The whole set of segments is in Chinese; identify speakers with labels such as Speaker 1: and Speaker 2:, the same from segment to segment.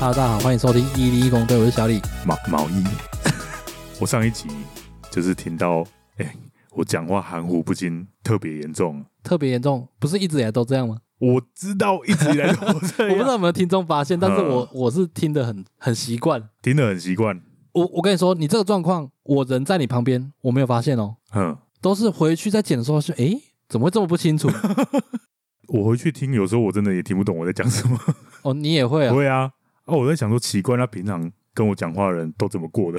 Speaker 1: Hello，大家好，欢迎收听一零一公队，我是小李。
Speaker 2: 毛毛衣。 我上一集就是听到，哎、我讲话含糊不清，特别严重。
Speaker 1: 特别严重，不是一直以来都这样吗？
Speaker 2: 我知道一直以来都
Speaker 1: 我
Speaker 2: 这
Speaker 1: 不知道
Speaker 2: 样，
Speaker 1: 有没有听众发现，但是
Speaker 2: 嗯
Speaker 1: 我我是听得很很习惯。
Speaker 2: 听得很习惯。
Speaker 1: 我我跟你说，你这个状况，我人在你旁边，我没有发现哦，
Speaker 2: 嗯，
Speaker 1: 都是回去在剪的时候是，诶，怎么会这么不清 楚？
Speaker 2: 我回去听，有时候我真的也听不懂我在讲什 么。
Speaker 1: 哦，你也会啊？
Speaker 2: 对啊，啊，我在想说，奇怪，他平常跟我讲话的人都怎么过的？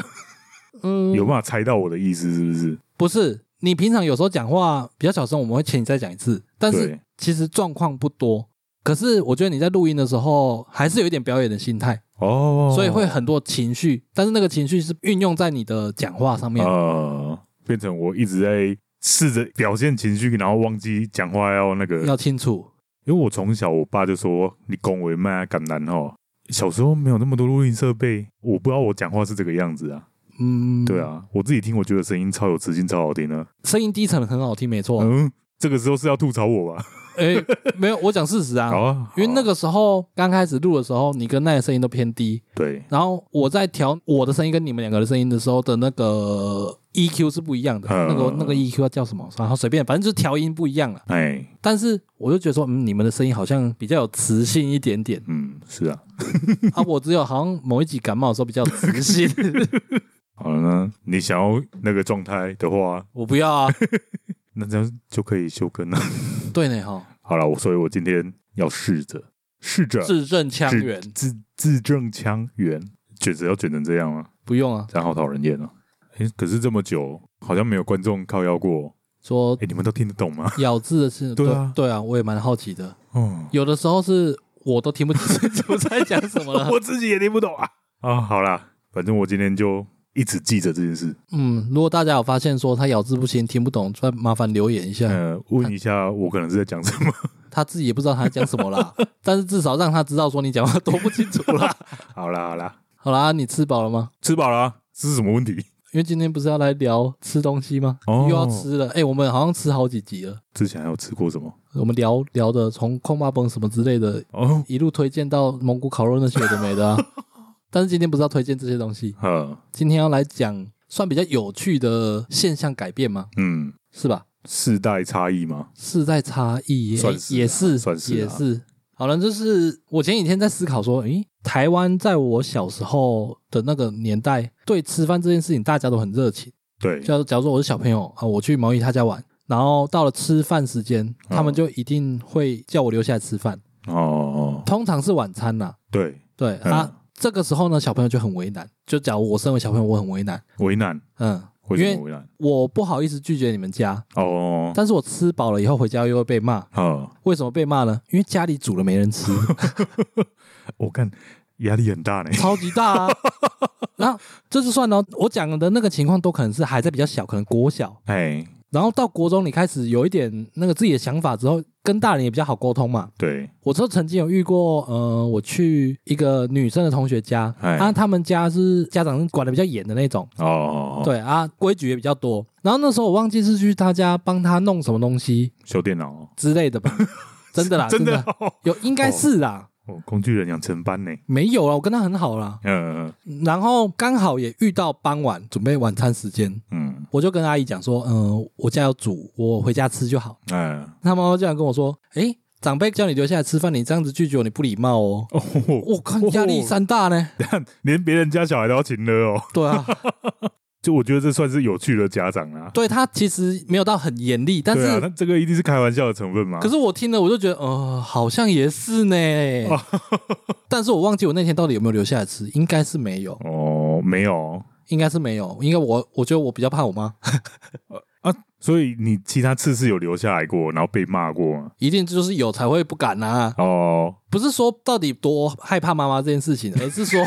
Speaker 1: 嗯，
Speaker 2: 有办法猜到我的意思是不是？
Speaker 1: 不是，你平常有时候讲话比较小声，我们会请你再讲一次，但是
Speaker 2: 对，
Speaker 1: 其实状况不多。可是我觉得你在录音的时候还是有一点表演的心态，
Speaker 2: 哦，
Speaker 1: 所以会很多情绪，但是那个情绪是运用在你的讲话上面。
Speaker 2: 呃，变成我一直在试着表现情绪，然后忘记讲话要那个
Speaker 1: 要清楚，
Speaker 2: 因为我从小我爸就说你恭维慢啊，敢难哦。小时候没有那么多录音设备，我不知道我讲话是这个样子啊。
Speaker 1: 嗯，
Speaker 2: 对，啊，我自己听我觉得声音超有磁性，超好听的、
Speaker 1: 声音低沉很好听，没错。
Speaker 2: 嗯，这个时候是要吐槽我吧？
Speaker 1: 诶，没有，我讲事实啊
Speaker 2: 好，啊，
Speaker 1: 因为那
Speaker 2: 个
Speaker 1: 个时候刚开始录的时候，你跟那个声音都偏低，
Speaker 2: 对，
Speaker 1: 然后我在调我的声音跟你们两个的声音的时候的那个 EQ 是不一样的，
Speaker 2: 嗯
Speaker 1: 那个那个 EQ 要叫什么？然后随便，反正就是调音不一样了。
Speaker 2: 哎，
Speaker 1: 但是我就觉得说，嗯，你们的声音好像比较有磁性一点 点
Speaker 2: 嗯，是啊。
Speaker 1: 啊，我只有好像某一集感冒的时候比较磁 性，
Speaker 2: 好了呢，你想要那个状态的话，
Speaker 1: 我不要啊，
Speaker 2: 那这样就可以休更了。啊
Speaker 1: 对呢哈，
Speaker 2: 好了，我所以，我今天要试着试着
Speaker 1: 字正腔
Speaker 2: 字
Speaker 1: 圆，
Speaker 2: 字字正腔圆，卷子要卷成这样吗？
Speaker 1: 不用啊，
Speaker 2: 这样好讨人厌哦。哎、可是这么久，好像没有观众靠腰过。
Speaker 1: 说
Speaker 2: 哎、你们都听得懂吗？
Speaker 1: 咬字的是，
Speaker 2: 对啊
Speaker 1: 对对啊，我也蛮好奇的。
Speaker 2: 嗯，
Speaker 1: 有的时候是我都听不清楚在讲什么了。
Speaker 2: 我自己也听不懂啊。啊，好啦，反正我今天就一直记着这件事。
Speaker 1: 嗯，如果大家有发现说他咬字不清、听不懂，再麻烦留言一下。
Speaker 2: 呃，问一下，我可能是在讲什么？
Speaker 1: 他自己也不知道他在讲什么啦，但是至少让他知道说你讲话多不清楚 啦。
Speaker 2: 好啦，好啦，
Speaker 1: 好啦，你吃饱了吗？
Speaker 2: 吃饱啦，这是什么问题？
Speaker 1: 因为今天不是要来聊吃东西吗？
Speaker 2: 哦
Speaker 1: 又要吃了。哎、我们好像吃好几集了。
Speaker 2: 之前还有吃过什么？
Speaker 1: 我们聊聊的从空巴崩什么之类的，
Speaker 2: 哦，
Speaker 1: 一路推荐到蒙古烤肉那些有的没 的啊。但是今天不是要推荐这些东西，
Speaker 2: 呃，
Speaker 1: 今天要来讲算比较有趣的现象改变嘛，
Speaker 2: 嗯，
Speaker 1: 是吧？
Speaker 2: 世代差异吗？
Speaker 1: 世代差异也
Speaker 2: 算是啊
Speaker 1: 也是
Speaker 2: 算是啊
Speaker 1: 也是。好了，就是我前几天在思考说，诶，台湾在我小时候的那个年代，对吃饭这件事情大家都很热情。
Speaker 2: 对，
Speaker 1: 就假如说我是小朋友啊，我去毛衣他家玩，然后到了吃饭时间，他们就一定会叫我留下来吃饭，
Speaker 2: 哦哦，
Speaker 1: 通常是晚餐啦。
Speaker 2: 对，
Speaker 1: 对
Speaker 2: 嗯
Speaker 1: 啊，这个时候呢，小朋友就很为难。就假如我身为小朋友，我很为难，
Speaker 2: 为难，
Speaker 1: 嗯，
Speaker 2: 为
Speaker 1: 因
Speaker 2: 什
Speaker 1: 为
Speaker 2: 么为难？
Speaker 1: 我不好意思拒绝你们家，
Speaker 2: 哦，
Speaker 1: 但是我吃饱了以后回家又会被骂。
Speaker 2: 哦，
Speaker 1: 为什么被骂呢？因为家里煮了没人 吃，
Speaker 2: 我看压力很大呢。
Speaker 1: 超级大 啊。然后这就算了哦，我讲的那个情况都可能是还在比较小，可能国小，
Speaker 2: 哎，
Speaker 1: 然后到国中你开始有一点那个自己的想法之后，跟大人也比较好沟通嘛。
Speaker 2: 对，
Speaker 1: 我就曾经有遇过，呃，我去一个女生的同学家，
Speaker 2: 哎
Speaker 1: 啊，他们家是家长管的比较严的那种，
Speaker 2: 哦，，
Speaker 1: 对啊，规矩也比较多。然后那时候我忘记是去他家帮他弄什么东西
Speaker 2: 修电脑哦，
Speaker 1: 之类的 吧，真的啦，真
Speaker 2: 真的
Speaker 1: 的
Speaker 2: 哦，
Speaker 1: 有应该是啦，
Speaker 2: 哦，工具人养成班呢，
Speaker 1: 没有啦，我跟他很好啦。
Speaker 2: 嗯
Speaker 1: 然后刚好也遇到傍晚准备晚餐时间，
Speaker 2: 嗯
Speaker 1: 我就跟阿姨讲说，嗯、我家有煮，我回家吃就好。
Speaker 2: 嗯，
Speaker 1: 他妈妈这样跟我说，诶，长辈叫你留下来吃饭，你这样子拒绝我，你不礼貌哦。
Speaker 2: 哦，
Speaker 1: 我看压力山大呢，
Speaker 2: 连别人家小孩都要请了哦，
Speaker 1: 对 啊，
Speaker 2: 就我觉得这算是有趣的家长啊。
Speaker 1: 对他其实没有到很严厉，但
Speaker 2: 对啊，
Speaker 1: 是、
Speaker 2: 那这个一定是开玩笑的成分嘛。
Speaker 1: 可是我听了我就觉得，呃，好像也是呢。
Speaker 2: 哦
Speaker 1: 但是我忘记我那天到底有没有留下来吃，应该是没有，
Speaker 2: 哦，没有
Speaker 1: 应该是没有，应该我我觉得我比较怕我妈，
Speaker 2: 啊，所以你其他次是有留下来过，然后被骂过吗？
Speaker 1: 一定就是有才会不敢啊。
Speaker 2: 哦，
Speaker 1: 不是说到底多害怕妈妈这件事情，而是 说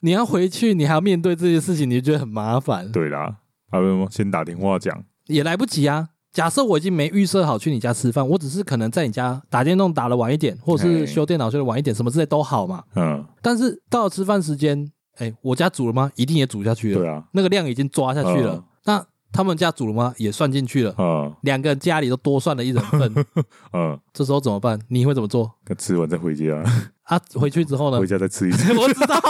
Speaker 1: 你要回去，你还要面对这些事情，你就觉得很麻烦，
Speaker 2: 对啦，啊，不不，先打电话讲，
Speaker 1: 也来不及啊。假设我已经没预设好去你家吃饭，我只是可能在你家打电动打的晚一点，或者是
Speaker 2: 嘿
Speaker 1: 修电脑修的晚一点，什么之类都好嘛。
Speaker 2: 嗯，
Speaker 1: 但是到了吃饭时间，哎，我家煮了吗？一定也煮下去了，
Speaker 2: 对啊，
Speaker 1: 那个量已经抓下去了。
Speaker 2: 嗯
Speaker 1: 那他们家祖鲁妈也算进去了，
Speaker 2: 啊
Speaker 1: 两个人家里都多算了一人份，
Speaker 2: 啊，
Speaker 1: 这时候怎么办？你会怎么做
Speaker 2: 那吃完再回 家，
Speaker 1: 啊？回去之后呢
Speaker 2: 回？家再吃一次。
Speaker 1: 我知道，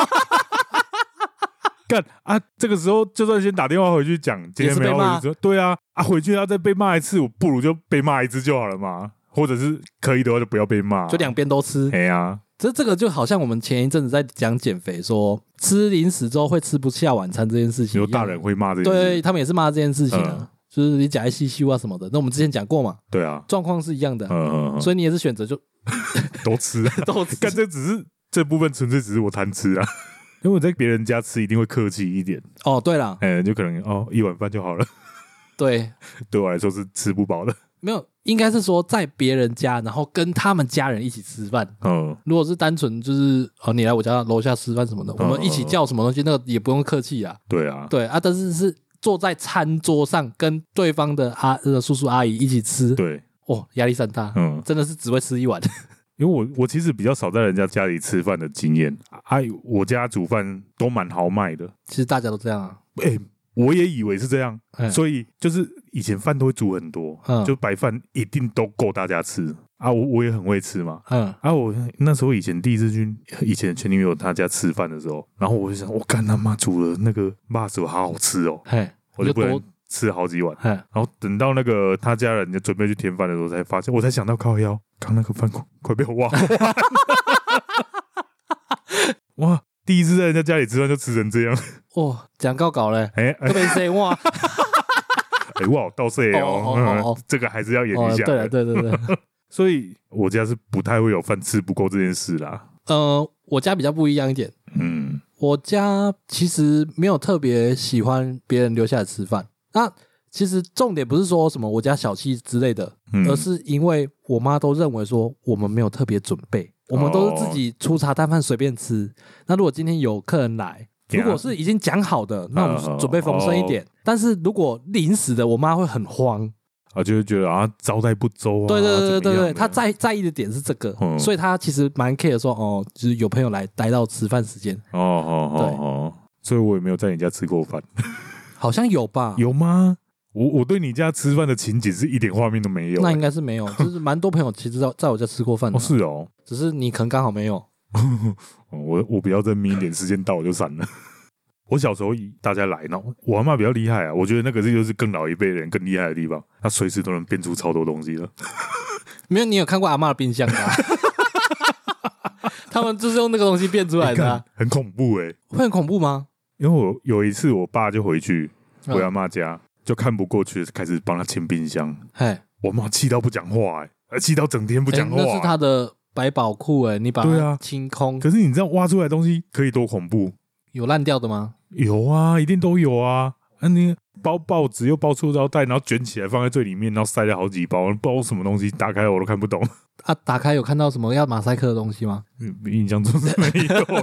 Speaker 2: 干啊！这个时候就算先打电话回去讲今天没有
Speaker 1: 也是被骂
Speaker 2: 回去之后，对啊啊，回去要再被骂一次，我不如就被骂一次就好了嘛，或者是可以的话就不要被骂，
Speaker 1: 就两边都吃。
Speaker 2: 哎呀，
Speaker 1: 这这个就好像我们前一阵子在讲减肥说，吃零食之后会吃不下晚餐这件事
Speaker 2: 只
Speaker 1: 情一
Speaker 2: 有
Speaker 1: 样，
Speaker 2: 大人会嗯骂这件事
Speaker 1: 对他们也是骂这件事情啊，就是你假一吸吸啊什么的。那我们之前讲过嘛，
Speaker 2: 对啊，
Speaker 1: 状况是一样的啊、
Speaker 2: 嗯嗯，嗯
Speaker 1: 所以你也是选择就
Speaker 2: 都吃啊，
Speaker 1: 都吃
Speaker 2: 干这只是这部分纯粹只是我贪吃啊， 因为我在别人家吃一定会客气一点，
Speaker 1: 哦，对啦，
Speaker 2: 哎，就可能哦一碗饭就好了，
Speaker 1: 对，
Speaker 2: 对我来说是吃不饱的，
Speaker 1: 没有，应该是说在别人家，然后跟他们家人一起吃饭。
Speaker 2: 嗯
Speaker 1: 如果是单纯就是哦，你来我家楼下吃饭什么的，我们一
Speaker 2: 嗯
Speaker 1: 起叫什么东西，那个也不用客气啊。
Speaker 2: 对啊，
Speaker 1: 对啊，但是是坐在餐桌上跟对方的阿呃叔叔阿姨一起吃，
Speaker 2: 对，
Speaker 1: 哦，压力山大，
Speaker 2: 嗯，
Speaker 1: 真的是只会吃一碗。
Speaker 2: 因为我我其实比较少在人家家里吃饭的经验，哎，我家煮饭都蛮豪迈的。
Speaker 1: 其实大家都这样啊，
Speaker 2: 哎、我也以为是这样，
Speaker 1: 哎
Speaker 2: 所以就是以前饭都会煮很多，
Speaker 1: 嗯
Speaker 2: 就白饭一定都够大家吃啊。我我也很会吃嘛。
Speaker 1: 嗯，
Speaker 2: 啊，我那时候以前第一次去以前的前女友她家吃饭的时候，然后我就想，我干他妈煮了那个辣手好好吃哦，
Speaker 1: 嘿，
Speaker 2: 我就
Speaker 1: 你
Speaker 2: 不能
Speaker 1: 多，
Speaker 2: 吃好几碗。
Speaker 1: 嘿，
Speaker 2: 然后等到那个他家人就准备去添饭的时候，才发现，我才想到靠腰，刚那个饭快快被我 挖完了。哇，第一次在人家家里吃饭就吃成这样，
Speaker 1: 哦，讲告搞嘞，
Speaker 2: 哎哎
Speaker 1: 特别谁 哇？
Speaker 2: 哎，哇，倒是哎
Speaker 1: 哦
Speaker 2: 哦
Speaker 1: 哦哦哦
Speaker 2: 嗯这个还是要演
Speaker 1: 哦
Speaker 2: 一，下。
Speaker 1: 对了，对对 对，
Speaker 2: 所以我家是不太会有饭吃不够这件事啦。
Speaker 1: 呃，我家比较不一样一点，
Speaker 2: 嗯
Speaker 1: 我家其实没有特别喜欢别人留下来吃饭。那其实重点不是说什么我家小气之类的，
Speaker 2: 嗯，
Speaker 1: 而是因为我妈都认为说我们没有特别准备，我们都是自己粗茶淡饭随便吃。那如果今天有客人来，
Speaker 2: 对
Speaker 1: 如
Speaker 2: 啊
Speaker 1: 果是已经讲好的，那我
Speaker 2: 哦
Speaker 1: 们准备丰盛一点。
Speaker 2: 嗯
Speaker 1: 但是如果临时的，我妈会很慌。
Speaker 2: 啊，就是觉得啊，招待不周啊，
Speaker 1: 对对对对
Speaker 2: 怎
Speaker 1: 对
Speaker 2: 么
Speaker 1: 对，
Speaker 2: 样的
Speaker 1: 她在在意的点是这个，
Speaker 2: 嗯
Speaker 1: 所以她其实蛮 care 说哦，就是有朋友来待到吃饭时间，
Speaker 2: 哦哦哦哦，所以我也没有在你家吃过饭，
Speaker 1: 好像有吧？
Speaker 2: 有吗？我我对你家吃饭的情景是一点画面都没有、
Speaker 1: 那应该是没有，就是蛮多朋友其实在在我家吃过饭的
Speaker 2: 哦
Speaker 1: 啊，
Speaker 2: 是哦，
Speaker 1: 只是你可能刚好没有。
Speaker 2: 哦我我比较认命一点，时间到我就闪了。 我小时候以大家来呢，我阿妈比较厉害啊，我觉得那个是就是更老一辈人更厉害的地方，她随时都能变出超多东西的。
Speaker 1: 没有，你有看过阿嬷的冰箱 吗？他们就是用那个东西变出来的、啊
Speaker 2: 看，很恐怖哎、
Speaker 1: 会很恐怖吗？
Speaker 2: 因为我有一次我爸就回去
Speaker 1: 嗯
Speaker 2: 回阿妈家，就看不过去，开始帮他清冰箱，
Speaker 1: 哎，
Speaker 2: 我妈气到不讲话哎、呃气到整天不
Speaker 1: 不
Speaker 2: 讲话、
Speaker 1: 那是他的百宝库哎，你把
Speaker 2: 对啊
Speaker 1: 它清空，
Speaker 2: 可是你知道挖出来的东西可以多恐怖？
Speaker 1: 有烂掉的吗？
Speaker 2: 有啊，一定都有啊。那、你包报纸又包塑料袋，然后卷起来放在最里面，然后塞了好几包，不知道什么东西，打开我都看不懂。
Speaker 1: 啊，打开有看到什么要马赛克的东西吗？
Speaker 2: 嗯印象中是没 有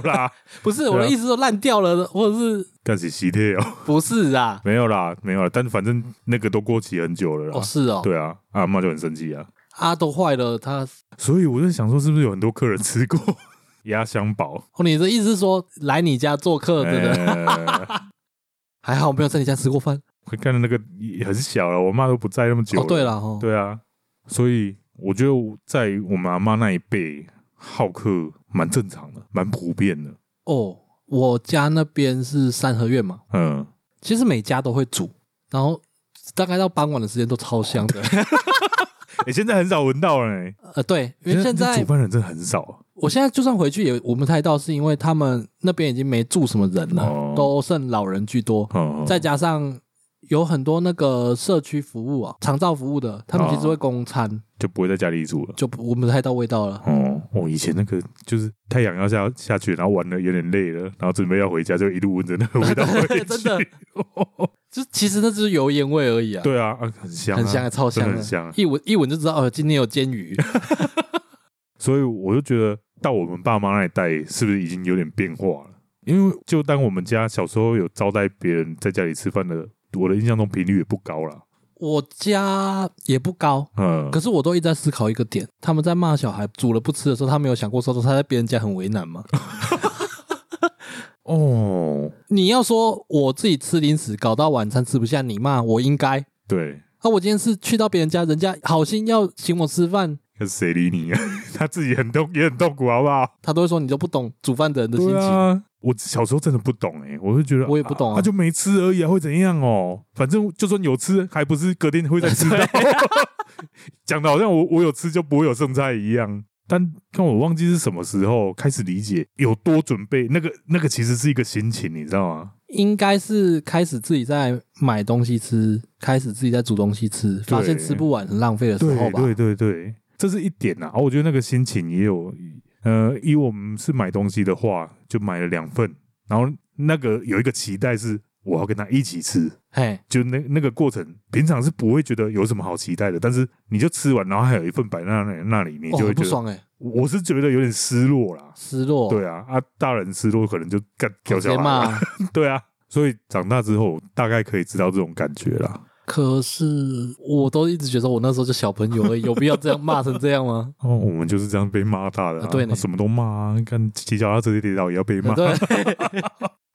Speaker 2: 啦，
Speaker 1: 不是，
Speaker 2: 啊
Speaker 1: 我的意思说烂掉了，或者是
Speaker 2: 但是喜帖哦，
Speaker 1: 不是啊？
Speaker 2: 没有啦，没有啦。但反正那个都过期很久了啦。
Speaker 1: 哦，是哦，
Speaker 2: 对啊，阿妈就很生气啊。
Speaker 1: 啊，都坏了，他
Speaker 2: 所以我就想说，是不是有很多客人吃过 鸭香堡？
Speaker 1: 哦，你的意思是说来你家做客，对不对？
Speaker 2: 呃
Speaker 1: 还好没有在你家吃过饭。
Speaker 2: 我看到那个也很小了，我妈都不在那么久
Speaker 1: 哦
Speaker 2: 了。，
Speaker 1: 对了哦，
Speaker 2: 对啊，所以我觉得在我们阿妈那一辈，好客蛮正常的，蛮普遍的。
Speaker 1: 哦，我家那边是三合院嘛，
Speaker 2: 嗯，
Speaker 1: 其实每家都会煮，然后大概到傍晚的时间都超香 的。
Speaker 2: 欸、现在很少闻到了、欸，
Speaker 1: 呃，对，因为现在
Speaker 2: 煮饭人真的很少。
Speaker 1: 我现在就算回去也闻不太到，是因为他们那边已经没住什么人了，
Speaker 2: 哦
Speaker 1: 都剩老人居多，
Speaker 2: 嗯，
Speaker 1: 再加上有很多那个社区服务啊、长照服务的，他们其实会供餐，
Speaker 2: 就不会在家里煮了。
Speaker 1: 就不闻不太到味道了。
Speaker 2: 哦，我以前那个就是太阳要下下去，然后玩的有点累了，然后准备要回家，就一路闻着那个味道回 去。
Speaker 1: 真的，就其实那就是油烟味而已啊，，
Speaker 2: 对啊，啊很香、啊，
Speaker 1: 很香，超
Speaker 2: 真
Speaker 1: 香
Speaker 2: 的
Speaker 1: 的，
Speaker 2: 很香。啊
Speaker 1: 一闻一闻就知道哦，今天有煎鱼。
Speaker 2: 所以我就觉得到我们爸妈那一代是不是已经有点变化了？因为就当我们家小时候有招待别人在家里吃饭的，我的印象中频率也不高啦。
Speaker 1: 我家也不高，
Speaker 2: 嗯
Speaker 1: 可，是我都一直在思考一个点，他们在骂小孩煮了不吃的时候，他没有想过说他在别人家很为难吗？
Speaker 2: 哦，
Speaker 1: 你要说我自己吃零食搞到晚餐吃不下，你骂我应该。
Speaker 2: 对，
Speaker 1: 啊，我今天是去到别人家，人家好心要请我吃饭，
Speaker 2: 可是谁理你啊？ 他自己很痛，也很痛苦，好不好？
Speaker 1: 他都会说你都不懂煮饭的人的心
Speaker 2: 对
Speaker 1: 情。
Speaker 2: 啊，我小时候真的不懂哎、我就觉得
Speaker 1: 我也不懂啊
Speaker 2: 他、就没吃而已啊，会怎样哦？反正就算有吃，还不是隔天会再 吃到，
Speaker 1: 啊
Speaker 2: 讲的好像我我有吃就不会有剩菜一样。但看我忘记是什么时候开始理解有多准备，那个那个其实是一个心情，你知道吗？
Speaker 1: 应该是开始自己在买东西吃，开始自己在煮东西吃，发现吃不完很浪费的时候
Speaker 2: 对
Speaker 1: 吧。
Speaker 2: 对对对，这是一点呐、啊。我觉得那个心情也有，呃，以我们是买东西的话，就买了两份，然后那个有一个期待是我要跟他一起吃，
Speaker 1: 嘿，
Speaker 2: 就那那个过程，平常是不会觉得有什么好期待的，但是你就吃完，然后还有一份摆在那那里，你
Speaker 1: 哦，
Speaker 2: 就
Speaker 1: 很
Speaker 2: 会
Speaker 1: 不
Speaker 2: 觉得，
Speaker 1: 爽哎、
Speaker 2: 我是觉得有点失落啦。
Speaker 1: 失落。
Speaker 2: 对啊，啊，大人失落可能就干掉
Speaker 1: 直接
Speaker 2: 小孩了，
Speaker 1: 骂。
Speaker 2: 对啊，所以长大之后大概可以知道这种感觉啦。
Speaker 1: 可是我都一直觉得我那时候就小朋友而已，有必要这样骂成这样吗？
Speaker 2: 哦，我们就是这样被骂大的、啊，啊
Speaker 1: 啊对呢
Speaker 2: 什么都骂啊，看骑脚踏车跌倒也要 被骂。
Speaker 1: 对，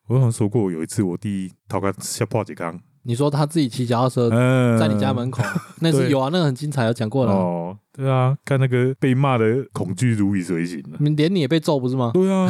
Speaker 2: 我好像说过，有一次我弟逃开下破几缸，
Speaker 1: 你说他自己骑脚踏车
Speaker 2: 嗯，
Speaker 1: 在你家门口， 那次
Speaker 2: 对
Speaker 1: 有啊，那个很精彩，有讲过了。
Speaker 2: 哦，对啊，看那个被骂的恐惧如影随形啊
Speaker 1: 你连你也被揍不是吗？
Speaker 2: 对啊，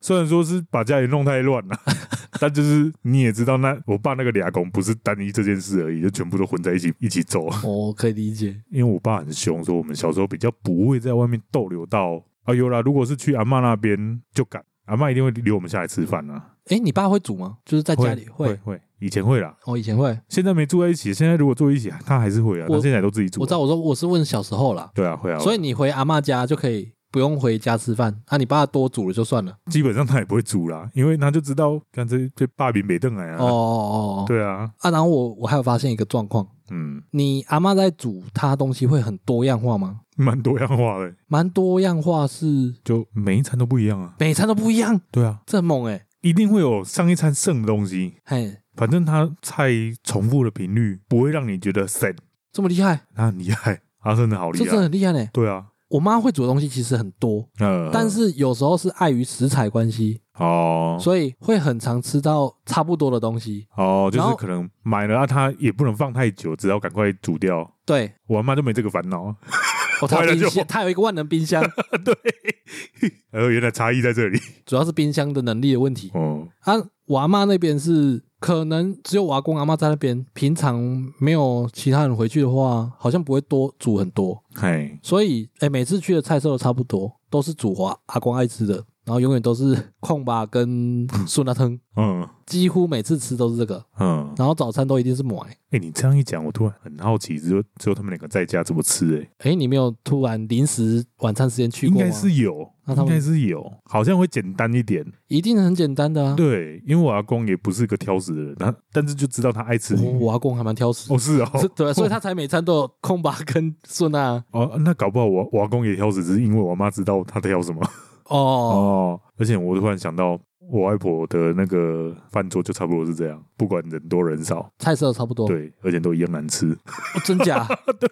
Speaker 2: 虽然说是把家里弄太乱了， 但就是你也知道那，我爸那个俩工不是单一这件事而已，就全部都混在一起一起走。
Speaker 1: 哦我可以理解。
Speaker 2: 因为我爸很凶，所以我们小时候比较不会在外面逗留到啊，有啦，如果是去阿嬷那边就敢，阿嬷一定会留我们下来吃饭啊。
Speaker 1: 哎，你爸会煮吗？就是在家里
Speaker 2: 会
Speaker 1: 会。哦
Speaker 2: 会，以前会啦，
Speaker 1: 我以前会，
Speaker 2: 现在没住在一起，现在如果住一起，他还是会啊，
Speaker 1: 我
Speaker 2: 他现在都自己住啊。
Speaker 1: 我知道，我说我是问小时候啦，
Speaker 2: 对啊，会啊，
Speaker 1: 所以你回阿嬷家就可以不用回家吃饭，啊，你爸多煮了就算了。
Speaker 2: 基本上他也不会煮啦，因为他就知道，看这这爸比没凳来啊。
Speaker 1: 哦哦哦，
Speaker 2: 对啊，
Speaker 1: 啊，然后我我还有发现一个状况，
Speaker 2: 嗯，
Speaker 1: 你阿嬷在煮她东西会很多样化吗？
Speaker 2: 蛮多样化的，
Speaker 1: 蛮多样化是
Speaker 2: 就每一餐都不一样啊。
Speaker 1: 每餐都不一样，
Speaker 2: 对啊，
Speaker 1: 这很猛哎、
Speaker 2: 一定会有上一餐剩的东西，
Speaker 1: 嘿，
Speaker 2: 反正它菜重复的频率不会让你觉得省，
Speaker 1: 这么厉害，
Speaker 2: 他很厉害，他真的好
Speaker 1: 这
Speaker 2: 厉
Speaker 1: 真的
Speaker 2: 害。
Speaker 1: 很厉害呢、
Speaker 2: 对啊，
Speaker 1: 我妈会煮的东西其实很多，
Speaker 2: 呃，
Speaker 1: 但是有时候是碍于食材关系，
Speaker 2: 哦
Speaker 1: 所以会很常吃到差不多的东西。
Speaker 2: 哦，就
Speaker 1: 然
Speaker 2: 是
Speaker 1: 后
Speaker 2: 可能买了啊，他也不能放太久，只要赶快煮掉。
Speaker 1: 对，
Speaker 2: 我妈就没这个烦 恼。啊
Speaker 1: 哦，她
Speaker 2: 坏了
Speaker 1: 冰
Speaker 2: 就
Speaker 1: 箱，她有一个万能冰箱，
Speaker 2: 呃，原来差异在这里。
Speaker 1: 主要是冰箱的能力的问题。
Speaker 2: 哦，
Speaker 1: 啊，我阿妈那边是可能只有我阿公阿妈在那边，平常没有其他人回去的话，好像不会多煮很多，
Speaker 2: 嗨，
Speaker 1: 所以哎，每次去的菜色都差不多，都是煮我阿公爱吃的，然后永远都是控吧跟酸辣汤，
Speaker 2: 嗯
Speaker 1: 几乎每次吃都是这个，
Speaker 2: 嗯，
Speaker 1: 然后早餐都一定是买。
Speaker 2: 哎、你这样一讲，我突然很好奇，只有只有他们两个在家怎么吃、欸？哎，
Speaker 1: 哎，你没有突然临时晚餐时间去
Speaker 2: 应
Speaker 1: 过吗？
Speaker 2: 该是有，
Speaker 1: 那他
Speaker 2: 应
Speaker 1: 们
Speaker 2: 该是有，好像会简单一点。
Speaker 1: 一定很简单的啊。
Speaker 2: 对，因为我阿公也不是个挑食的人，他但是就知道他爱吃
Speaker 1: 我，我阿公还蛮挑食的，
Speaker 2: 哦，是哦，
Speaker 1: 是对，所以他才每餐都有空吧跟啊酸辣。
Speaker 2: 哦，那搞不好我我阿公也挑食，只是因为我妈知道他挑什么。
Speaker 1: 哦，
Speaker 2: 哦，而且我突然想到，我外婆的那个饭桌就差不多是这样，不管人多人少，
Speaker 1: 菜色差不多。
Speaker 2: 对，而且都一样难吃。
Speaker 1: 哦真 假？对，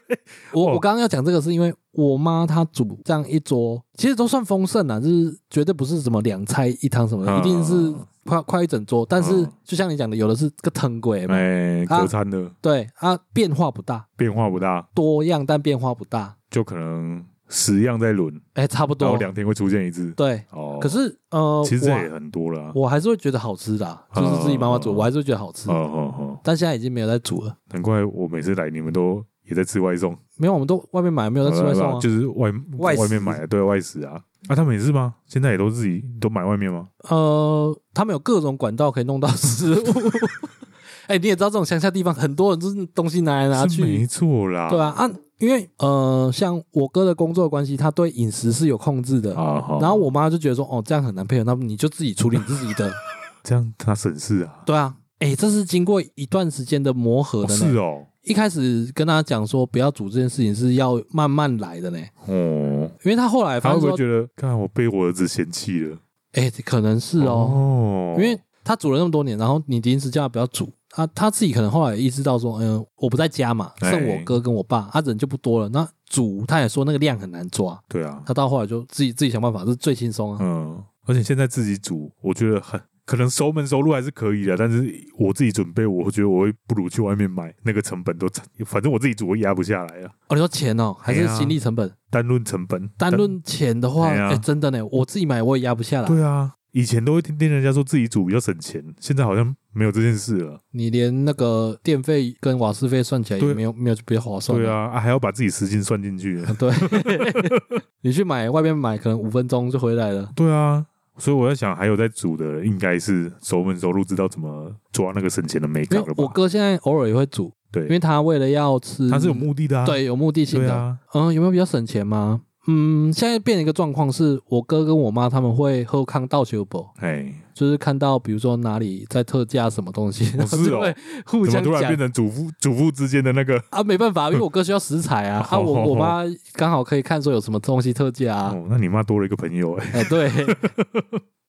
Speaker 1: 我
Speaker 2: 哦
Speaker 1: 我刚刚要讲这个是因为我妈她煮这样一桌，其实都算丰盛啦，就是绝对不是什么两菜一汤什么的，
Speaker 2: 嗯
Speaker 1: 一定是快快一整桌。但是
Speaker 2: 嗯
Speaker 1: 就像你讲的，有的是个腾鬼嘛，
Speaker 2: 哎，
Speaker 1: 啊
Speaker 2: 隔餐的、
Speaker 1: 对啊，变化不大，
Speaker 2: 变化不大，
Speaker 1: 多样但变化不大，
Speaker 2: 就可能十样在轮，
Speaker 1: 哎，差不
Speaker 2: 然后
Speaker 1: 多。
Speaker 2: 两天会出现一次。
Speaker 1: 对，
Speaker 2: 哦，
Speaker 1: 可是呃，
Speaker 2: 其实这也
Speaker 1: 我
Speaker 2: 很多了啊。
Speaker 1: 我还是会觉得好吃的啊，就是自己妈妈煮，
Speaker 2: 嗯
Speaker 1: 我还是会觉得好吃
Speaker 2: 哦，哦哦，
Speaker 1: 但现在已经没有在煮了。
Speaker 2: 难怪我每次来你们都也在吃外送，
Speaker 1: 没有，我们都外面买，没有在吃外送啊。
Speaker 2: 就是外
Speaker 1: 外食
Speaker 2: 外面买的，对外食啊。啊，他们也是吗？现在也都自己都买外面吗？
Speaker 1: 呃，他们有各种管道可以弄到食物。 哎、你也知道，这种乡下地方，很多人就是东西拿来拿
Speaker 2: 是没
Speaker 1: 去，
Speaker 2: 错啦。
Speaker 1: 对啊，啊，因为呃，像我哥的工作的关系，他对饮食是有控制的。
Speaker 2: 啊，好
Speaker 1: 然后我妈就觉得说，哦，这样很难配合，那么你就自己处理你自己的。
Speaker 2: 这样他省事啊。
Speaker 1: 对啊，哎、这是经过一段时间的磨合
Speaker 2: 哦
Speaker 1: 的呢。
Speaker 2: 是哦，
Speaker 1: 一开始跟他讲说不要煮这件事情是要慢慢来的呢，
Speaker 2: 哦，
Speaker 1: 因为他后来发
Speaker 2: 他会
Speaker 1: 现说
Speaker 2: 不会，觉得，看我被我儿子嫌弃了？
Speaker 1: 哎、可能是哦
Speaker 2: 哦
Speaker 1: 因为他煮了那么多年，然后你临时叫他不要煮，他他自己可能后来也意识到说，嗯、我不在家嘛，
Speaker 2: 哎
Speaker 1: 剩我哥跟我爸，他人就不多了。那煮他也说那个量很难抓，
Speaker 2: 对啊，嗯
Speaker 1: 他到后来就自己自己想办法，是最轻松啊。
Speaker 2: 嗯，而且现在自己煮，我觉得很可能熟门熟路还是可以的，但是我自己准备，我觉得我会不如去外面买，那个成本都反正我自己煮我压不下来啊。
Speaker 1: 哦，你说钱哦，还
Speaker 2: 哎
Speaker 1: 是
Speaker 2: 呀
Speaker 1: 心力成本？
Speaker 2: 单论成本，
Speaker 1: 单论钱的话，
Speaker 2: 哎呀
Speaker 1: 哎，真的呢，我自己买我也压不下来。
Speaker 2: 对啊，以前都会听听人家说自己煮比较省钱，现在好像没有这件事了。
Speaker 1: 你连那个电费跟瓦斯费算起来也
Speaker 2: 对
Speaker 1: 没有没有比较划算。
Speaker 2: 对，啊，啊还要把自己时间算进去。
Speaker 1: 对， 你去买外面买，可能五分钟就回来了。
Speaker 2: 对啊，所以我在想，还有在煮的应该是熟门熟路，知道怎么抓那个省钱的美
Speaker 1: 因
Speaker 2: 感
Speaker 1: 为
Speaker 2: 了吧？
Speaker 1: 我哥现在偶尔也会煮，因为
Speaker 2: 对，
Speaker 1: 他为了要吃，
Speaker 2: 他是有目的的啊。
Speaker 1: 对有目的性
Speaker 2: 对
Speaker 1: 的。
Speaker 2: 啊，
Speaker 1: 嗯，有没有比较省钱吗？嗯，现在变了一个状况是，我哥跟我妈他们会喝康道修博，
Speaker 2: 哎，
Speaker 1: 就是看到比如说哪里在特价什么东西，然后
Speaker 2: 是
Speaker 1: 就
Speaker 2: 哦
Speaker 1: 会互
Speaker 2: 怎么
Speaker 1: 相
Speaker 2: 突然
Speaker 1: 讲
Speaker 2: 变成主妇主妇之间的那个？
Speaker 1: 啊，没办 法，因为我哥需要食材啊，啊，我我妈刚好可以看说有什么东西特价啊，
Speaker 2: 哦哦，那你妈多了一个朋友哎、
Speaker 1: 哎，对，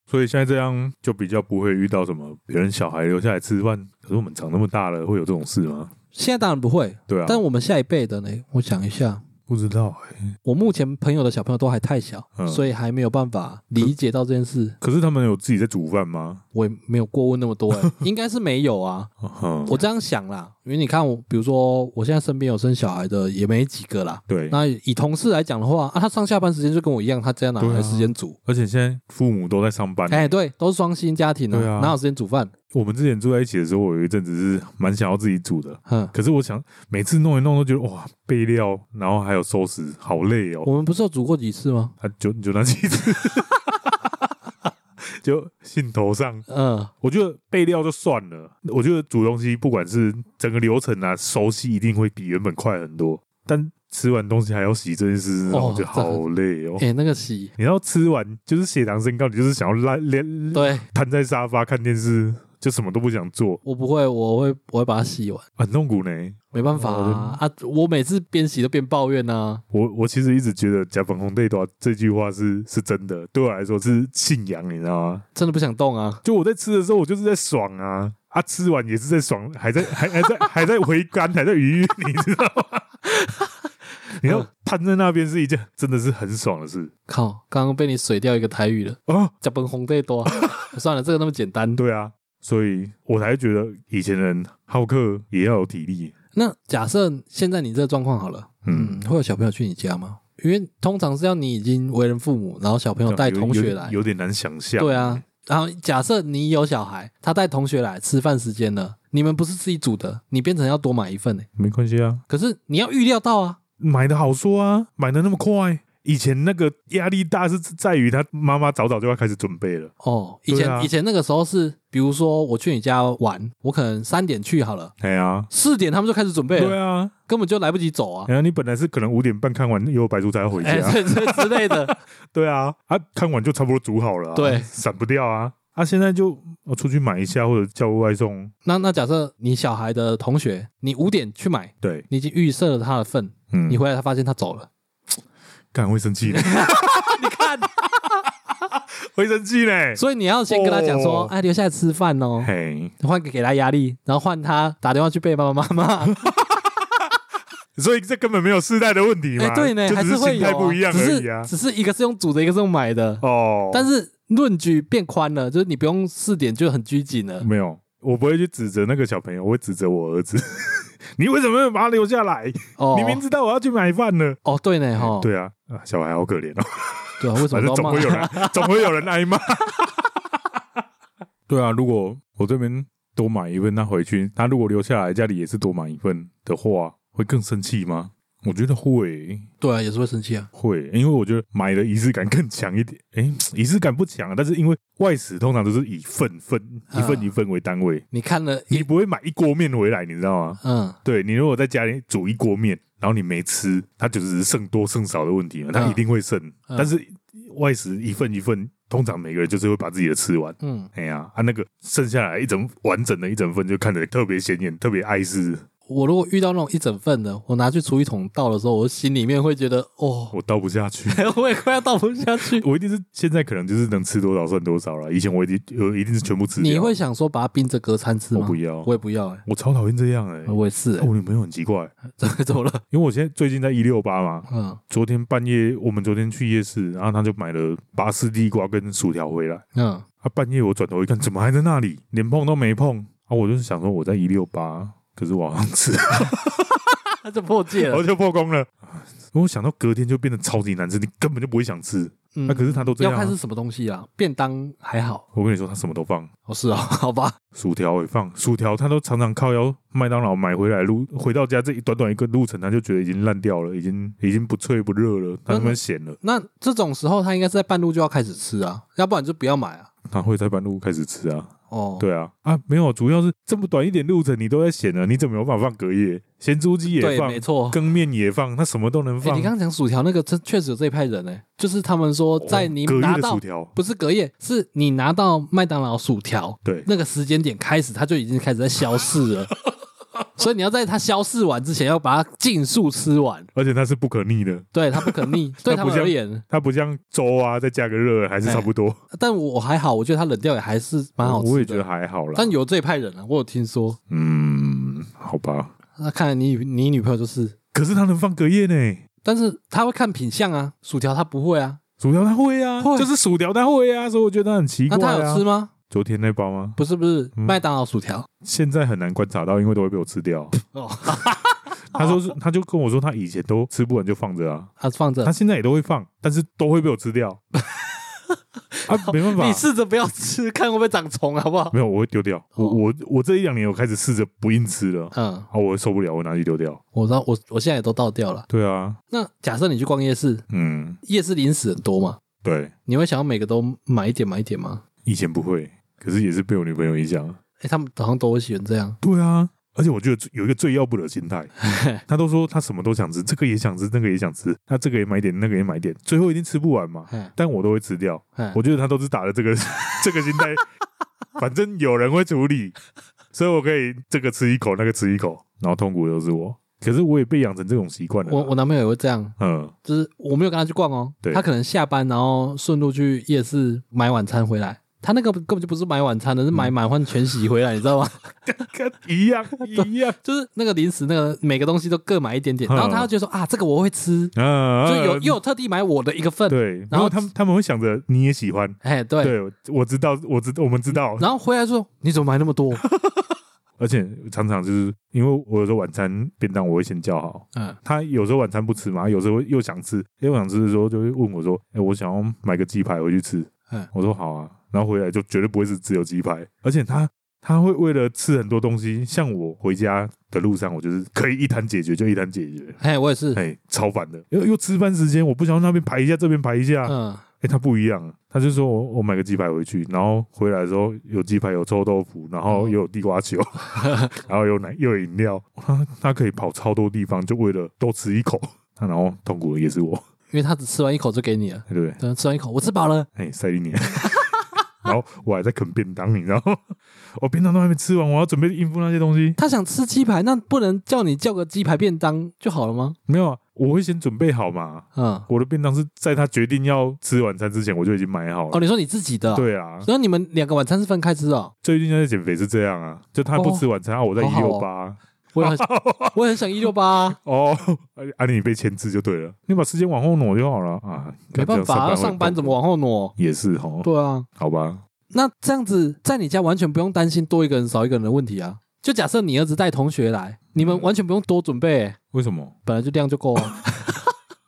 Speaker 2: 所以现在这样就比较不会遇到什么别人小孩留下来吃饭，可是我们长那么大了，会有这种事吗？
Speaker 1: 现在当然不会，
Speaker 2: 对啊，
Speaker 1: 但我们下一辈的呢，我想一下，
Speaker 2: 不知道哎、
Speaker 1: 我目前朋友的小朋友都还太小，
Speaker 2: 嗯
Speaker 1: 所以还没有办法理解到这件事，
Speaker 2: 可是他们有自己在煮饭吗？
Speaker 1: 我也没有过问那么 多、哎应该是没有啊，
Speaker 2: 嗯，
Speaker 1: 我这样想啦，因为你看我，比如说我现在身边有生小孩的也没几个啦。
Speaker 2: 对，
Speaker 1: 那以同事来讲的话，啊，他上下班时间就跟我一样，他这样哪
Speaker 2: 对啊
Speaker 1: 来时间煮？
Speaker 2: 而且现在父母都在上班。
Speaker 1: 哎、对，都是双薪家庭
Speaker 2: 对啊
Speaker 1: 哪有时间煮饭？
Speaker 2: 我们之前住在一起的时候，我有一阵子是蛮想要自己煮的，
Speaker 1: 哼，
Speaker 2: 可是我想每次弄一弄都觉得哇，备料，然后还有收拾，好累哦。
Speaker 1: 我们不是有煮过几次吗？
Speaker 2: 啊，就就那几次， 就兴头上。
Speaker 1: 嗯，
Speaker 2: 我觉得备料就算了，我觉得煮东西不管是整个流程啊，熟悉一定会比原本快很多。但吃完东西还要洗这件事，
Speaker 1: 哦
Speaker 2: 让我觉得好累哦。
Speaker 1: 哎、那个洗，
Speaker 2: 你要吃完就是血糖升高，你就是想要赖连
Speaker 1: 对
Speaker 2: 瘫在沙发看电视，就什么都不想做，
Speaker 1: 我不会，我会我会把它洗完，
Speaker 2: 很痛苦呢。
Speaker 1: 没办法
Speaker 2: 哦
Speaker 1: 啊啊！我每次边洗都边抱怨啊呐、
Speaker 2: 我我其实一直觉得“甲粉红队多”这句话是是真的，对我来说是信仰，你知道吗？
Speaker 1: 真的不想动啊。
Speaker 2: 就我在吃的时候，我就是在爽啊啊，吃完也是在爽，还在还还在还在回甘，还在愉悦，你知道 吗？你要瘫在那边是一件真的是很爽的事
Speaker 1: 靠，刚刚被你水掉一个台语了，
Speaker 2: 啊，
Speaker 1: 脚本红最多。 算了，这个那么简单。
Speaker 2: 对啊，所以我才觉得以前人好客也要有体力，
Speaker 1: 那假设现在你这个状况好了，嗯
Speaker 2: 嗯，
Speaker 1: 会有小朋友去你家吗？因为通常是要你已经为人父母，然后小朋友带同学来
Speaker 2: 有，有点难想象，
Speaker 1: 对啊。然后假设你有小孩，他带同学来吃饭时间了，你们不是自己煮的，你变成要多买一份呢、欸
Speaker 2: 没关系啊，
Speaker 1: 可是你要预料到啊，
Speaker 2: 买的好说啊，买的那么快。以前那个压力大是在于他妈妈早早就要开始准备了，
Speaker 1: 哦，以前、
Speaker 2: 对啊
Speaker 1: 以前那个时候是，比如说我去你家玩，我可能三点去好了，
Speaker 2: 哎呀，
Speaker 1: 四点他们就开始准备了，
Speaker 2: 对啊，
Speaker 1: 根本就来不及走啊，
Speaker 2: 然后你本来是可能五点半看完《有白猪》才要回
Speaker 1: 哎、
Speaker 2: 家，
Speaker 1: 这这 之类的，
Speaker 2: 对啊，啊，看完就差不多煮好了、啊，
Speaker 1: 对
Speaker 2: 散不掉啊。啊，现在就我出去买一下或者叫外送，
Speaker 1: 那那假设你小孩的同学，你五点去买，
Speaker 2: 对，
Speaker 1: 你已经预设了他的份，
Speaker 2: 嗯，
Speaker 1: 你回来他发现他走了，
Speaker 2: 干会生气呢，
Speaker 1: 你看，
Speaker 2: 会生气呢。
Speaker 1: 所以你要先跟他讲说，
Speaker 2: 哦
Speaker 1: 哎，留下来吃饭哦，
Speaker 2: 嘿，
Speaker 1: 换给给他压力，然后换他打电话去被爸爸妈 妈，
Speaker 2: 所以这根本没有世代的问题嘛，
Speaker 1: 哎，对呢，
Speaker 2: 就
Speaker 1: 还
Speaker 2: 只是
Speaker 1: 会
Speaker 2: 心
Speaker 1: 有
Speaker 2: 态
Speaker 1: 啊，
Speaker 2: 不一样而
Speaker 1: 只
Speaker 2: 已啊
Speaker 1: 是。只是一个是用煮的，一个是用买的，
Speaker 2: 哦，
Speaker 1: 但是论据变宽了，就是你不用四点就很拘谨了。
Speaker 2: 没有，我不会去指责那个小朋友，我会指责我儿子。 你为什么没有把他留下来？
Speaker 1: 哦，
Speaker 2: 你明知道我要去买饭呢。
Speaker 1: 哦，对呢，哈，
Speaker 2: 对啊，啊，小孩好可怜哦。
Speaker 1: 对啊，为什
Speaker 2: 反
Speaker 1: 么
Speaker 2: 正
Speaker 1: 都
Speaker 2: 总
Speaker 1: 要
Speaker 2: 会有
Speaker 1: 骂？
Speaker 2: 人， 总会有人挨骂。对啊，如果我这边多买一份，他回去，他如果留下来家里也是多买一份的话，会更生气吗？我觉得会
Speaker 1: 对啊，也是会生气啊。
Speaker 2: 会，因为我觉得买的仪式感更强一点。诶，仪式感不强啊，但是因为外食通常都是以份份一份一份为单位，
Speaker 1: 你看了
Speaker 2: 你
Speaker 1: 一，
Speaker 2: 不会买一锅面回来，你知道吗？
Speaker 1: 嗯，
Speaker 2: 对你如果在家里煮一锅面，然后你没吃，它就只是剩多剩少的问题了，它
Speaker 1: 嗯
Speaker 2: 一定会剩。
Speaker 1: 嗯
Speaker 2: 但是外食一份一份，通常每个人就是会把自己的吃完。
Speaker 1: 嗯，
Speaker 2: 哎呀，啊那个剩下来一整完整的一整份，就看着特别显眼，特别碍事。
Speaker 1: 我如果遇到那种一整份的，我拿去厨艺桶倒的时候，我心里面会觉得，哦，
Speaker 2: 我倒不下去。
Speaker 1: 我也快要倒不下去。
Speaker 2: 我一定是现在可能就是能吃多少算多少了。以前我一定呃我一定是全部吃掉。
Speaker 1: 你会想说把它冰着隔餐吃
Speaker 2: 我
Speaker 1: 吗？
Speaker 2: 不要，
Speaker 1: 我也不要、欸，
Speaker 2: 我超讨厌这样哎、
Speaker 1: 哎，我也是、
Speaker 2: 哦
Speaker 1: 欸，
Speaker 2: 我女朋友很奇怪，
Speaker 1: 怎么怎么 了？
Speaker 2: 因为我现在最近在一六八嘛，
Speaker 1: 嗯
Speaker 2: 昨天半夜我们昨天去夜市，然后她就买了拔丝地瓜跟薯条回来。
Speaker 1: 嗯，
Speaker 2: 啊，半夜我转头一看，怎么还在那里？连碰都没碰啊！我就是想说我在一六八，可是我好像吃，
Speaker 1: 他就破戒
Speaker 2: 然后。就破功了。啊我想到隔天就变得超级难吃，你根本就不会想吃。
Speaker 1: 嗯
Speaker 2: 那、可是他都这
Speaker 1: 要
Speaker 2: 样、
Speaker 1: 看是
Speaker 2: 啊。
Speaker 1: 什么东西啊，便当还好，
Speaker 2: 我跟你说，他什么都放，
Speaker 1: 哦是哦， 好吧，
Speaker 2: 薯条也放，薯条他都常常靠腰麦当劳买回来路，回到家这一短短一个路程，他就觉得已经烂掉了，已经已经不脆不热了，他那
Speaker 1: 嗯
Speaker 2: 边咸了，
Speaker 1: 那这种时候他应该是在半路就要开始吃啊，要不然就不要买啊。
Speaker 2: 他会在半路开始吃啊。
Speaker 1: 哦，，
Speaker 2: 对啊，啊没有，主要是这么短一点路程你都在咸了，你怎么有办法放隔夜？咸猪鸡也
Speaker 1: 对，
Speaker 2: 放
Speaker 1: 没，错。
Speaker 2: 羹面也放，他什么都能
Speaker 1: 哎，
Speaker 2: 放。
Speaker 1: 你刚刚讲薯条那个，真确实有这一派人呢、欸就是他们说在你
Speaker 2: 哦隔
Speaker 1: 拿
Speaker 2: 夜的
Speaker 1: 到
Speaker 2: 薯条，
Speaker 1: 不是隔夜，是你拿到麦当劳薯条
Speaker 2: 对，
Speaker 1: 那个时间点开始，它就已经开始在消逝了。所以你要在它消逝完之前，要把它尽速吃完，
Speaker 2: 而且它是不可逆的，
Speaker 1: 对它不可 逆，对他
Speaker 2: 不
Speaker 1: 们而
Speaker 2: 像
Speaker 1: 言。
Speaker 2: 它不像粥啊，再加个热还是差不多。
Speaker 1: 但我还好，我觉得它冷掉也还是哎蛮好吃的。
Speaker 2: 我也觉得还好啦。
Speaker 1: 但有这一派人啊，我有听说。
Speaker 2: 嗯，好吧。
Speaker 1: 那看来你女你女朋友就是，
Speaker 2: 可是它能放隔夜呢？
Speaker 1: 但是她会看品相啊，薯条她不会啊。
Speaker 2: 薯条它会啊，
Speaker 1: 会
Speaker 2: 就是薯条它会啊，所以我觉得它很奇
Speaker 1: 那
Speaker 2: 怪
Speaker 1: 她
Speaker 2: 啊。
Speaker 1: 有吃吗？
Speaker 2: 昨天那包吗？
Speaker 1: 不是不是，
Speaker 2: 嗯
Speaker 1: 麦当劳薯条。
Speaker 2: 现在很难观察到，因为都会被我吃掉。
Speaker 1: 哦，
Speaker 2: 他说是，他就跟我说，他以前都吃不完就放着啊，
Speaker 1: 她放
Speaker 2: 他
Speaker 1: 着。
Speaker 2: 现在也都会放，但是都会被我吃掉。 啊，没办法，
Speaker 1: 你试着不要吃，看会不会长虫，好不好？
Speaker 2: 没有，我会丢掉。我
Speaker 1: 哦
Speaker 2: 我我这一两年我开始试着不硬吃了，
Speaker 1: 嗯，
Speaker 2: 啊，我受不了，我拿去丢掉。
Speaker 1: 我知道，我我现在也都倒掉了。
Speaker 2: 对啊，
Speaker 1: 那假设你去逛夜市，
Speaker 2: 嗯，
Speaker 1: 夜市零食很多嘛，
Speaker 2: 对，
Speaker 1: 你会想要每个都买一点买一点吗？
Speaker 2: 以前不会，可是也是被我女朋友影响。
Speaker 1: 哎，他们好像都会喜欢这样。
Speaker 2: 对啊，而且我觉得最有一个最要不得的心 态，她都说她什么都想吃，这个也想吃，那个也想吃，她这个也买点，那个也买点，最后一定吃不完嘛。
Speaker 1: 嘿
Speaker 2: 但我都会吃掉，
Speaker 1: 嘿
Speaker 2: 我觉得她都是打了这个这个心态，反正有人会处理，所以我可以这个吃一口，那个吃一口，然后痛苦的都是我。可是我也被养成这种习惯了啦。
Speaker 1: 我我男朋友也会这样，
Speaker 2: 嗯，
Speaker 1: 就是我没有跟他去逛哦，
Speaker 2: 对
Speaker 1: 他可能下班然后顺路去夜市买晚餐回来，他那个根本就不是买晚餐的，是
Speaker 2: 嗯
Speaker 1: 买满汉全席回来，你知道吗？
Speaker 2: 跟一样一样，
Speaker 1: 就是那个零食，那个每个东西都各买一点点，
Speaker 2: 嗯
Speaker 1: 然后他就觉得说啊，这个我会吃，
Speaker 2: 啊，
Speaker 1: 就有
Speaker 2: 啊
Speaker 1: 又有特地买我的一个份，
Speaker 2: 对，
Speaker 1: 然
Speaker 2: 然
Speaker 1: 后
Speaker 2: 后他们他们会想着你也喜欢，
Speaker 1: 哎对，嗯
Speaker 2: 对，我知道，我知我们知道，
Speaker 1: 然后回来说你怎么买那么多？
Speaker 2: 而且常常就是因为我有时候晚餐便当我会先叫好。
Speaker 1: 嗯，
Speaker 2: 他有时候晚餐不吃嘛，有时候又想吃，又想吃的时候就会问我说：“哎、我想要买个鸡排回去吃。”
Speaker 1: 嗯
Speaker 2: 我说：“好啊。”然后回来就绝对不会是只有鸡排，而且他他会为了吃很多东西，像我回家的路上，我就是可以一摊解决就一摊解决，
Speaker 1: 哎我也是，
Speaker 2: 哎、超烦的。又又吃饭时间，我不想要那边排一下，这边排一下，
Speaker 1: 嗯，
Speaker 2: 哎、他不一样啊，他就说我我买个鸡排回去，然后回来的时候有鸡排，有臭豆腐，然后
Speaker 1: 嗯
Speaker 2: 又有地瓜球， 然后有奶又有饮料，他他可以跑超多地方，就为了多吃一口。他然后痛苦的也是我，
Speaker 1: 因为他只吃完一口就给你了，
Speaker 2: 对不对？
Speaker 1: 等吃完一口我吃饱了，
Speaker 2: 哎、塞一年， 然后我还在啃便当，你知道吗？我便当都还没吃完，我要准备应付那些东西。
Speaker 1: 他想吃鸡排，那不能叫你叫个鸡排便当就好了吗？
Speaker 2: 没有啊，我会先准备好嘛。
Speaker 1: 嗯，
Speaker 2: 我的便当是在他决定要吃晚餐之前，我就已经买好了。
Speaker 1: 哦你说你自己的哦，
Speaker 2: 对啊，
Speaker 1: 然后你们两个晚餐是分开吃哦，
Speaker 2: 最近在减肥是这样啊，就他不吃晚餐，啊我在
Speaker 1: 好
Speaker 2: 一
Speaker 1: 好
Speaker 2: 六
Speaker 1: 哦
Speaker 2: 八。
Speaker 1: 我 也很我也很想一六八。
Speaker 2: 哦，啊，你被牵制就对了，你把时间往后挪就好了啊。
Speaker 1: 没办法，要
Speaker 2: 会
Speaker 1: 上班怎么往后挪？
Speaker 2: 也是哈？
Speaker 1: 对啊，
Speaker 2: 好吧，
Speaker 1: 那这样子在你家完全不用担心多一个人少一个人的问题啊。就假设你儿子带同学来，你们完全不用多准备、
Speaker 2: 为什么？
Speaker 1: 本来就量就够啊。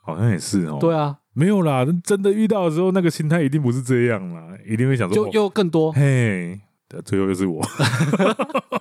Speaker 2: 好像也是哦。
Speaker 1: 对，啊，
Speaker 2: 没有啦，真的遇到的时候，那个心态一定不是这样啦，一定会想说，
Speaker 1: 就
Speaker 2: 哦
Speaker 1: 又更 多。
Speaker 2: 嘿，呃最后又 是我。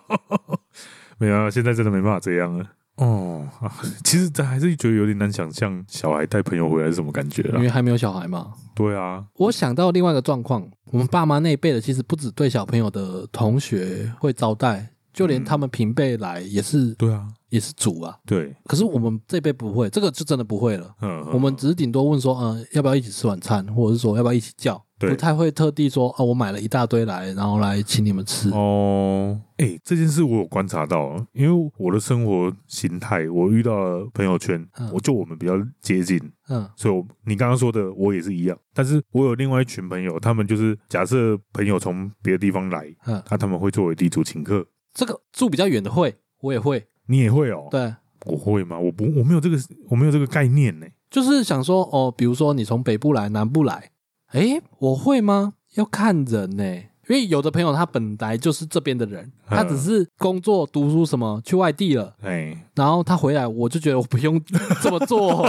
Speaker 2: 没有、啊，现在真的没办法这样了。哦，啊其实咱还是觉得有点难想象小孩带朋友回来是什么感觉
Speaker 1: 因
Speaker 2: 啦。
Speaker 1: 为还没有小孩嘛，
Speaker 2: 对啊，
Speaker 1: 我想到另外一个状况，我们爸妈那一辈的，其实不只对小朋友的同学会招待，就连
Speaker 2: 嗯
Speaker 1: 他们平辈来也是、
Speaker 2: 对啊，
Speaker 1: 也是煮啊。
Speaker 2: 对，
Speaker 1: 可是我们这辈不会，这个就真的不会了。
Speaker 2: 嗯，
Speaker 1: 呃我们只是顶多问说，嗯、要不要一起吃晚餐，或者是说要不要一起叫，
Speaker 2: 对
Speaker 1: 不太会特地说哦，我买了一大堆来，然后来请你们吃。
Speaker 2: 哦，哎、这件事我有观察到啊，因为我的生活形态，我遇到了朋友圈，
Speaker 1: 嗯
Speaker 2: 我就我们比较接近，
Speaker 1: 嗯
Speaker 2: 所以我你刚刚说的我也是一样，但是我有另外一群朋友，他们就是假设朋友从别的地方来，
Speaker 1: 嗯，
Speaker 2: 那、他们会作为地主请客，
Speaker 1: 这个住比较远的会，我也会。
Speaker 2: 你也会哦？
Speaker 1: 对，
Speaker 2: 我会吗？我不，我没有这个，我没有这个概念呢、
Speaker 1: 就是想说哦，比如说你从北部来，南部来，诶，我会吗？要看人呢、因为有的朋友他本来就是这边的人，他
Speaker 2: 嗯
Speaker 1: 只是工作、读书什么去外地了，
Speaker 2: 哎、
Speaker 1: 然后他回来，我就觉得我不用这么 做，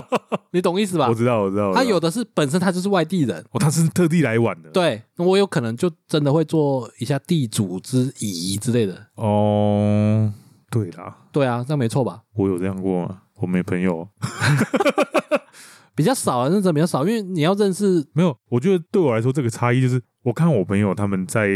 Speaker 1: 你懂意思吧
Speaker 2: 我？知道，我知道，我知道
Speaker 1: 啊他有的是本身他就是外地人，
Speaker 2: 哦，他是特地来玩的，，
Speaker 1: 对，那我有可能就真的会做一下地主之谊之类的。
Speaker 2: 哦，对啦，
Speaker 1: 对啊，那没错吧？
Speaker 2: 我有这样过吗？我没朋友啊。
Speaker 1: 比较少啊，那真的比较少，因为你要认识，
Speaker 2: 没有，我觉得对我来说，这个差异就是，我看我朋友他们在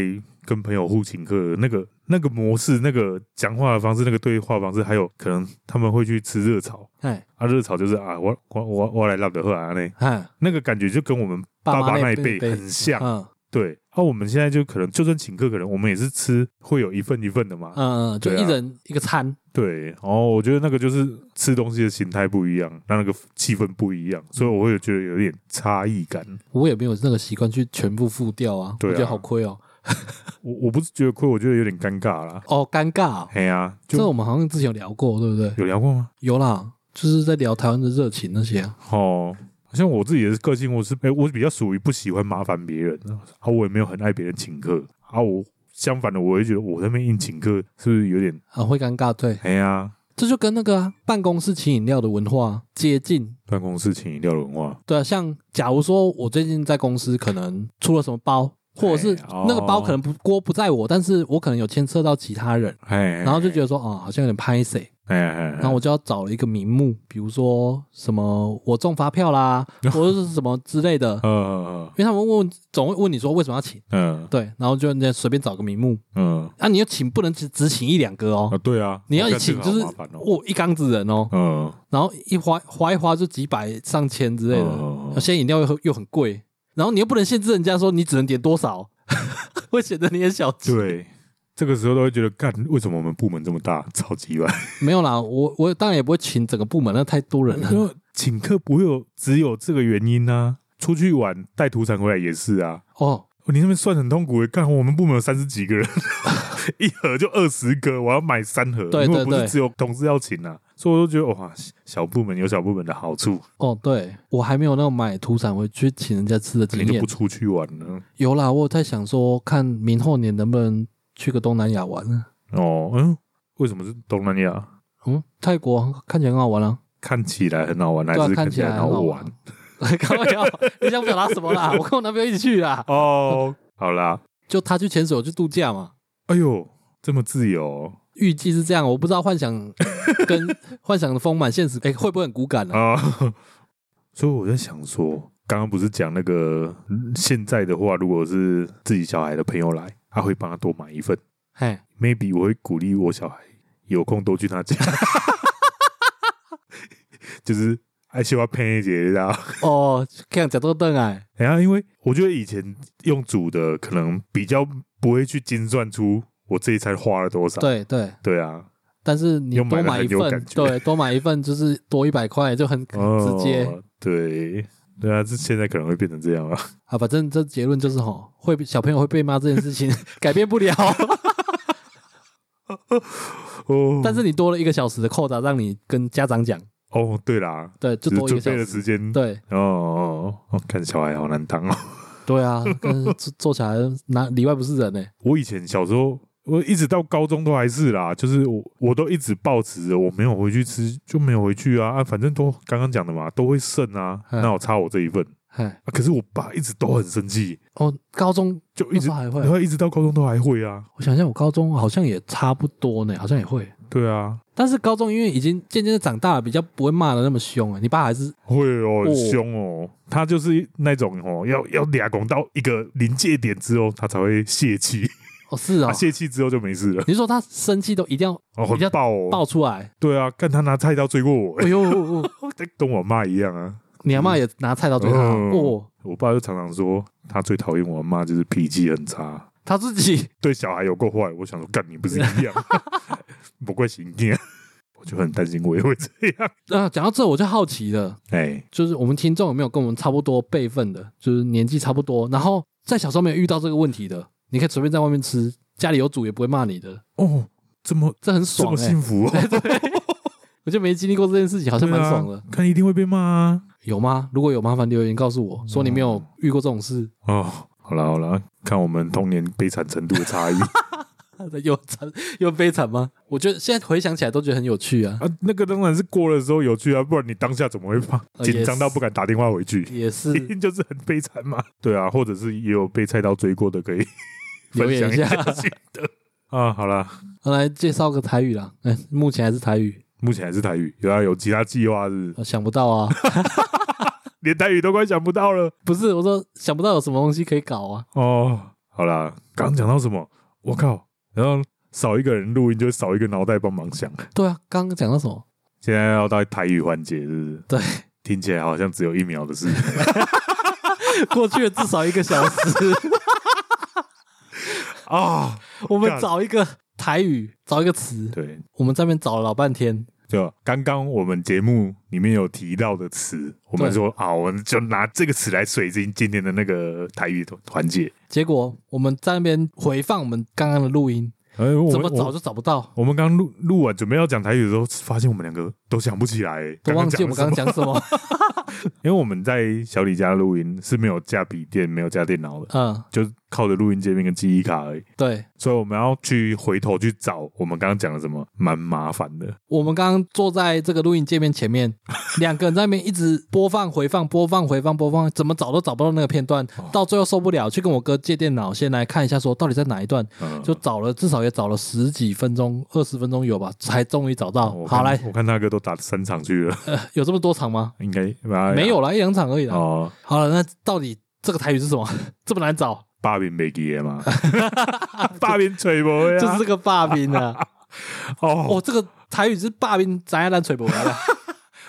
Speaker 2: 跟朋友互请客的那个那个模式、那个讲话的方式、那个对话方式，还有可能他们会去吃热炒
Speaker 1: 哎
Speaker 2: 啊，热炒就是啊，我我我我来拉德赫啊那
Speaker 1: 哎，
Speaker 2: 那个感觉就跟我们
Speaker 1: 爸
Speaker 2: 爸
Speaker 1: 妈
Speaker 2: 那一
Speaker 1: 辈
Speaker 2: 辈很像，
Speaker 1: 嗯
Speaker 2: 对。啊，我们现在就可能就算请客，可能我们也是吃会有一份一份的嘛，
Speaker 1: 嗯嗯，就
Speaker 2: 对
Speaker 1: 一
Speaker 2: 啊
Speaker 1: 人一个餐，
Speaker 2: 对。然后我觉得那个就是吃东西的形态不一样，那那个气氛不一样，所以我会觉得有点差异感。
Speaker 1: 我也没有那个习惯去全部付掉啊，
Speaker 2: 对啊
Speaker 1: 我觉得好亏哦，
Speaker 2: 我我不是觉得亏，我觉得有点尴尬啦。
Speaker 1: 哦，尴尬哦、
Speaker 2: 哎呀，
Speaker 1: 这
Speaker 2: 就
Speaker 1: 我们好像之前有聊过，对不对？
Speaker 2: 有聊过吗？
Speaker 1: 有啦，就是在聊台湾的热情那些啊、
Speaker 2: 哦，好像我自己的个性，我是哎、我比较属于不喜欢麻烦别人啊，我也没有很爱别人请客啊，我相反的，我会觉得我在那边硬请客是不是有点
Speaker 1: 很啊会尴尬。对，
Speaker 2: 哎呀？
Speaker 1: 这就跟那个、啊、办公室请饮料的文化接近。
Speaker 2: 办公室请饮料的文化，
Speaker 1: 对啊，像假如说我最近在公司可能出了什么包，或者是
Speaker 2: 哎哦
Speaker 1: 那个包可能不锅不在我，但是我可能有牵涉到其他人，
Speaker 2: 哎，
Speaker 1: 然后就觉得说哦，好像有点拍谁，
Speaker 2: 哎哎，
Speaker 1: 然后我就要找了一个名目，比如说什么我中发票 啦，或者是什么之类的，
Speaker 2: 嗯
Speaker 1: 因为他们问总会问你说为什么要请，
Speaker 2: 嗯
Speaker 1: 对，然后就那随便找个名目
Speaker 2: 嗯
Speaker 1: 啊，你要请不能只只请一两个
Speaker 2: 啊
Speaker 1: 哦，，
Speaker 2: 对啊，
Speaker 1: 你要
Speaker 2: 我看
Speaker 1: 请
Speaker 2: 这
Speaker 1: 就
Speaker 2: 个
Speaker 1: 是
Speaker 2: 好麻烦哦，
Speaker 1: 我一缸子人哦，
Speaker 2: 嗯
Speaker 1: 然后一花花一花就几百上千之类的，
Speaker 2: 嗯
Speaker 1: 现在饮料又很又很贵，然后你又不能限制人家说你只能点多少， 会显得你很小气。
Speaker 2: 对，这个时候都会觉得干，为什么我们部门这么大，超级乱。
Speaker 1: 没有啦，我我当然也不会请整个部门，那太多 人了。
Speaker 2: 因为请客不会有只有这个原因啊，出去玩带土产回来也是啊。
Speaker 1: 哦，
Speaker 2: 哦你那边算很痛苦诶，干我们部门有三十几个人， 一盒就二十个，我要买三盒，
Speaker 1: 对
Speaker 2: 因为
Speaker 1: 对
Speaker 2: 我不是
Speaker 1: 对
Speaker 2: 只有同事要请啊，所以我就觉得哇，小部门有小部门的好处，
Speaker 1: 哦，对我还没有那种买土产回去请人家吃的
Speaker 2: 你
Speaker 1: 经
Speaker 2: 就
Speaker 1: 验
Speaker 2: 不。出去玩了。
Speaker 1: 有啦，我有在想说，看明后年能不能去个东南亚玩呢？
Speaker 2: 哦，嗯，为什么是东南亚？
Speaker 1: 嗯，泰国看起来很好玩啊，
Speaker 2: 看起来很好玩，还
Speaker 1: 对啊，
Speaker 2: 是
Speaker 1: 看
Speaker 2: 起来
Speaker 1: 很
Speaker 2: 好
Speaker 1: 好
Speaker 2: 玩
Speaker 1: 玩？。 开玩笑，你想表达什么 啦？我跟我男朋友一起去啦，
Speaker 2: 哦，好啦，
Speaker 1: 就他去潜水，我去度假嘛。
Speaker 2: 哎呦，这么自由哦
Speaker 1: 预计是这样，我不知道幻 想跟幻想的丰满现实，哎、会不会很骨感呢、
Speaker 2: 啊！ 所以我在想说，刚刚不是讲那个嗯现在的话，如果是自己小孩的朋友来，他会帮他多买一份。
Speaker 1: 嘿，
Speaker 2: maybe 我会鼓励我小孩有空多去他家， 就是爱喜欢陪一姐然 后
Speaker 1: 哦，看假多凳哎，
Speaker 2: 然后因为我觉得以前用煮的可能比较不会去精算出我这一餐花了多少，
Speaker 1: 对对，
Speaker 2: 对啊，
Speaker 1: 但是你
Speaker 2: 又
Speaker 1: 多
Speaker 2: 买了
Speaker 1: 买一
Speaker 2: 很有
Speaker 1: 份
Speaker 2: 感，觉
Speaker 1: 对，多买一份就是多一百块，就很
Speaker 2: 哦
Speaker 1: 直接、
Speaker 2: 对对啊，这现在可能会变成这样啊，
Speaker 1: 啊。反正这结论就是吼，会小朋友会被骂这件事情 改变不了，
Speaker 2: 哦，
Speaker 1: 但是你多了一个小时的扣打，让你跟家长讲，
Speaker 2: 哦对啦，
Speaker 1: 对，就
Speaker 2: 只是
Speaker 1: 多一个
Speaker 2: 准
Speaker 1: 小
Speaker 2: 备的
Speaker 1: 时。
Speaker 2: 时间，
Speaker 1: 对
Speaker 2: 哦哦哦，哦看小孩好难当哦。
Speaker 1: 对啊，跟做做起来哪里外不是人呢、
Speaker 2: 我以前小时候，我一直到高中都还是啦，就是我我都一直抱持着我没有回去吃就没有回去啊啊，反正都刚刚讲的嘛，都会剩啊，
Speaker 1: 嗯
Speaker 2: 那我差我这一份、
Speaker 1: 哎，
Speaker 2: 啊。可是我爸一直都很生气，
Speaker 1: 哦，高中
Speaker 2: 就一
Speaker 1: 那
Speaker 2: 直
Speaker 1: 时候还会
Speaker 2: 然，后一直到高中都还会啊，
Speaker 1: 我想想，我高中好像也差不多呢，好像也会。
Speaker 2: 对啊，
Speaker 1: 但是高中因为已经渐渐的长大了，比较不会骂的那么凶了。啊你爸还是
Speaker 2: 会哦，
Speaker 1: 哦
Speaker 2: 很凶哦，他就是那种哦，要要俩拱到一个临界点之后，他才会泄气，
Speaker 1: 哦是哦
Speaker 2: 他，泄气之后就没事了，
Speaker 1: 你说他生气都一定要
Speaker 2: 哦，
Speaker 1: 比较
Speaker 2: 很爆哦，
Speaker 1: 爆出 来，
Speaker 2: 对啊，看他拿菜刀追过我，
Speaker 1: 哎呦，哦哦
Speaker 2: 跟我妈一样啊，
Speaker 1: 你阿妈也拿菜刀追他
Speaker 2: 嗯
Speaker 1: 哦，
Speaker 2: 我爸就常常说，他最讨厌我阿妈就是脾气很差，
Speaker 1: 他自己
Speaker 2: 对小孩有够坏。我想说，干你不是一 样，不怪行天，我就很担心我也会这 样。
Speaker 1: 啊，讲到这我就好奇了，
Speaker 2: 哎，
Speaker 1: 就是我们听众有没有跟我们差不多辈分的，就是年纪差不多，然后在小时候没有遇到这个问题的，你可以随便在外面吃，家里有煮也不会骂你的，
Speaker 2: 哦，这么
Speaker 1: 这很
Speaker 2: 这
Speaker 1: 爽
Speaker 2: 么
Speaker 1: 哎、
Speaker 2: 幸福、哦，
Speaker 1: 我就没经历过这件事情，好像蛮爽的
Speaker 2: 对。啊，看一定会被骂啊。
Speaker 1: 有吗？如果有，麻烦留言告诉我说你没有遇过这种事，
Speaker 2: 哦，好了好了，看我们童年悲惨程度的差异
Speaker 1: 有惨有悲惨吗？我觉得现在回想起来都觉得很有趣啊，
Speaker 2: 啊。那个当然是过了之后有趣啊，不然你当下怎么会怕
Speaker 1: 呃
Speaker 2: 紧
Speaker 1: 也
Speaker 2: 张
Speaker 1: 是
Speaker 2: 到不敢打电话回去？
Speaker 1: 也是
Speaker 2: 一 定就是很悲惨嘛。对啊，或者是也有被菜刀追过 的，可以
Speaker 1: 留
Speaker 2: 分
Speaker 1: 言
Speaker 2: 享
Speaker 1: 一下
Speaker 2: 心得啊。好啦，
Speaker 1: 我来介绍个台语啦，嗯、目前还是台语，
Speaker 2: 目前还是台语，有啊，有其他计划是不是
Speaker 1: 我想不到啊，
Speaker 2: 连台语都快想不到了
Speaker 1: 不是，我说想不到有什么东西可以搞啊，
Speaker 2: 哦。好啦，刚刚讲到什么？我靠，然后少一个人录音，就少一个脑袋帮忙想。
Speaker 1: 对啊，刚刚讲到什么？
Speaker 2: 现在要到台语环节，是不是？
Speaker 1: 对，
Speaker 2: 听起来好像只有一秒的 事。
Speaker 1: 过去了至少一个小 时，
Speaker 2: 啊、
Speaker 1: 我们
Speaker 2: 干
Speaker 1: 找一个台语，找一个词，
Speaker 2: 对，
Speaker 1: 我们在那边找了老半天，
Speaker 2: 就刚刚我们节目里面有提到的词，我们
Speaker 1: 对
Speaker 2: 说啊，我们就拿这个词来水今今天的那个台语环节。
Speaker 1: 结果我们在那边回放我们刚刚的录音，
Speaker 2: 哎，我
Speaker 1: 怎么
Speaker 2: 我
Speaker 1: 找就找不到，
Speaker 2: 我们刚录录完准备要讲台语的时候，发现我们两个都想不起来，
Speaker 1: 都忘记我们刚刚
Speaker 2: 了什
Speaker 1: 讲什么。
Speaker 2: 么，因为我们在小李家录音是没有架笔电、没有架电脑的，
Speaker 1: 嗯，
Speaker 2: 就靠着录音界面跟记忆卡而已，
Speaker 1: 对，
Speaker 2: 所以我们要去回头去找我们刚刚讲的什么，蛮麻烦的。
Speaker 1: 我们刚刚坐在这个录音界面前面，两个人在那边一直播放、回放、播放、回放、播放，怎么找都找不到那个片段，到最后受不了，去跟我哥借电脑，先来看一下说到底在哪一段，
Speaker 2: 嗯，
Speaker 1: 就找了至少也找了十几分钟、二十分钟有吧，才终于找到。
Speaker 2: 我看
Speaker 1: 好来，
Speaker 2: 我看大哥都打三场去了，
Speaker 1: 呃有这么多场吗？
Speaker 2: 应该哎
Speaker 1: 没有啦，一两场而已啦。
Speaker 2: 哦。
Speaker 1: 好了，那到底这个台语是什么？ 这么难找，
Speaker 2: 霸屏没记的嘛， 霸屏吹无呀，
Speaker 1: 就是这个霸兵啊！
Speaker 2: 哦，
Speaker 1: 哦，这个台语是霸兵，咱烂锤不来 了，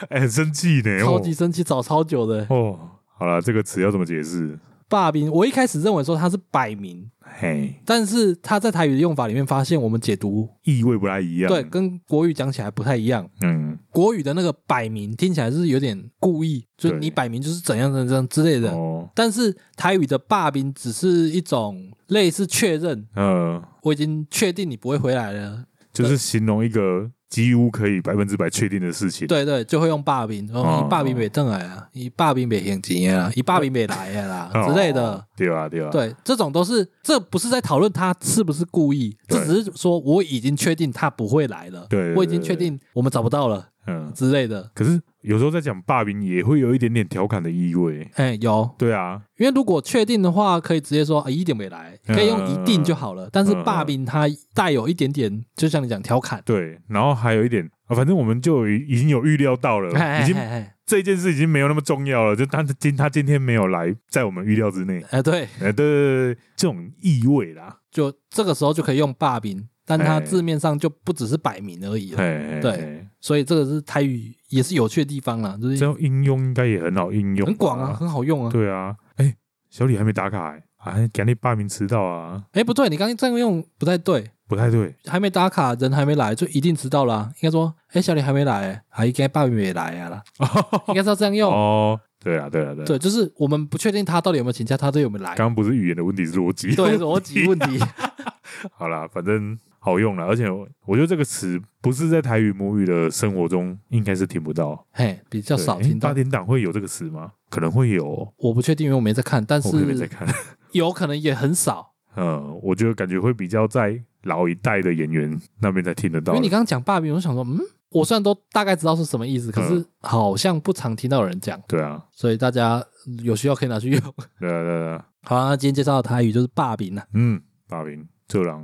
Speaker 2: 哎、很生气呢，
Speaker 1: 超级生气，找超久的
Speaker 2: 哦。哦好了，这个词要怎么解释？
Speaker 1: 霸兵。我一开始认为说它是摆明，
Speaker 2: 嘿，
Speaker 1: 但是他在台语的用法里面发现，我们解读
Speaker 2: 意味不太一样。
Speaker 1: 对，跟国语讲起来不太一样。
Speaker 2: 嗯，
Speaker 1: 国语的那个摆明听起来是有点故意，就是
Speaker 2: 对
Speaker 1: 你摆明就是怎样怎样之类的。
Speaker 2: 哦，
Speaker 1: 但是台语的霸兵只是一种类似确认，
Speaker 2: 呃，
Speaker 1: 我已经确定你不会回来了，
Speaker 2: 就是形容一个几乎可以百分之百确定的事情。，
Speaker 1: 对对，就会用霸兵，哦，
Speaker 2: 哦
Speaker 1: 你霸兵没邓来啊，你霸兵没现钱啊，你霸兵没来的 啦之类的。，
Speaker 2: 哦对吧？对吧？，啊
Speaker 1: 对，这种都是这不是在讨论他是不是故意，这
Speaker 2: 对
Speaker 1: 只是说我已经确定他不会来了，
Speaker 2: 对对
Speaker 1: 我已经
Speaker 2: 对
Speaker 1: 确定我们找不到了
Speaker 2: 嗯。
Speaker 1: 之类的。
Speaker 2: 可是有时候在讲霸屏也会有一点点调侃的意味。
Speaker 1: 哎、有，
Speaker 2: 对啊，
Speaker 1: 因为如果确定的话，可以直接说、啊、一点没来，可以用
Speaker 2: 嗯
Speaker 1: 一定就好了。但是
Speaker 2: 嗯
Speaker 1: 霸兵他带有一点点，就像你讲调侃，
Speaker 2: 对，然后还有一点啊，反正我们就已已经有预料到了，
Speaker 1: 哎
Speaker 2: 哦已经
Speaker 1: 哎哎
Speaker 2: 这件事已经没有那么重要了，就他今他今天没有来，在我们预料之内。
Speaker 1: 哎，对，
Speaker 2: 哎，对对对，对这种意味啦，
Speaker 1: 就这个时候就可以用霸兵，但它
Speaker 2: 哎
Speaker 1: 字面上就不只是摆明而已了。
Speaker 2: 哎，
Speaker 1: 对
Speaker 2: 哎，
Speaker 1: 所以这个是台语也是有趣的地方啦，就
Speaker 2: 这
Speaker 1: 是
Speaker 2: 种应用应该也很好应用，
Speaker 1: 很广啊，，很好用啊。
Speaker 2: 对啊，哎，小李还没打卡哎，啊，赶紧报名迟到啊，
Speaker 1: 哎，不对，你刚刚这样用不太对。
Speaker 2: 不太对，
Speaker 1: 还没打卡，人还没来，就一定迟到啦、应该说，哎、小李还没来，还应该爸没来啊啦， 应该是要这样用。
Speaker 2: 哦，对啊，对啊，对啊，
Speaker 1: 对，就是我们不确定他到底有没有请假，他都有没有来
Speaker 2: 刚。刚不是语言的问题，是逻辑。
Speaker 1: 对，逻辑问题。
Speaker 2: 啊好啦，反正好用了，而且我我觉得这个词不是在台语母语的生活中应该是听不到，
Speaker 1: 嘿，比较
Speaker 2: 对
Speaker 1: 少
Speaker 2: 哎
Speaker 1: 听
Speaker 2: 八
Speaker 1: 到。
Speaker 2: 点档会有这个词吗？可能会有哦，
Speaker 1: 我不确定，因为我没在看，但
Speaker 2: 我可能在
Speaker 1: 是
Speaker 2: 看。
Speaker 1: 有可能也很少。
Speaker 2: 嗯，我觉得感觉会比较在老一代的演员那边才听得
Speaker 1: 因
Speaker 2: 到。
Speaker 1: 为你刚刚讲霸屏，我想说，嗯，我虽然都大概知道是什么
Speaker 2: 嗯
Speaker 1: 意思，可是好像不常听到有人讲，
Speaker 2: 对啊，
Speaker 1: 所以大家嗯有需要可以拿去用。
Speaker 2: 对啊，对啊，对啊
Speaker 1: 好、啊，那今天介绍的台语就是霸屏 啦，
Speaker 2: 嗯，霸凌这狼，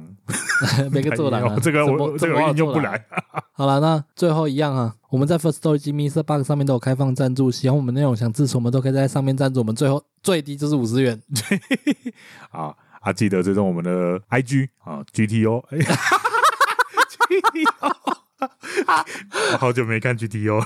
Speaker 1: 每个做人
Speaker 2: 哎
Speaker 1: 啊
Speaker 2: 呦，这个
Speaker 1: 怎么
Speaker 2: 我这个我应用不。来。
Speaker 1: 好了，那最后一样啊，我们在 First Story 及 Mr. Bug 上面都有开放赞助，喜欢我们内容想支持我们都可以在上面赞助，我们最后最低就是五十元。
Speaker 2: 啊啊！记得追踪我 们的 IG 啊，GTO，哎 好久没看 GTO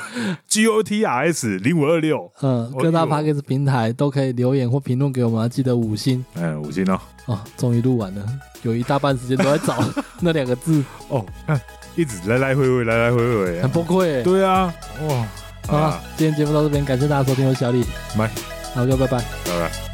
Speaker 2: GOTRS 零五二六，
Speaker 1: 嗯，
Speaker 2: 哦
Speaker 1: 各大
Speaker 2: 有
Speaker 1: p a c k a g e 平台都可以留言或评论给我们，啊记得五星
Speaker 2: 嗯，五星哦。
Speaker 1: 哦。终于录完了，有一大半时间都在找 那两个字，
Speaker 2: 哦，看一直来来回回，来来回回
Speaker 1: 很
Speaker 2: 啊。
Speaker 1: 崩溃耶。
Speaker 2: 对啊，哇，
Speaker 1: 好
Speaker 2: 啊
Speaker 1: 了，，今天节目到这边，感谢大家收听，我是小李，
Speaker 2: 拜，
Speaker 1: 好，各位拜拜。
Speaker 2: 拜拜。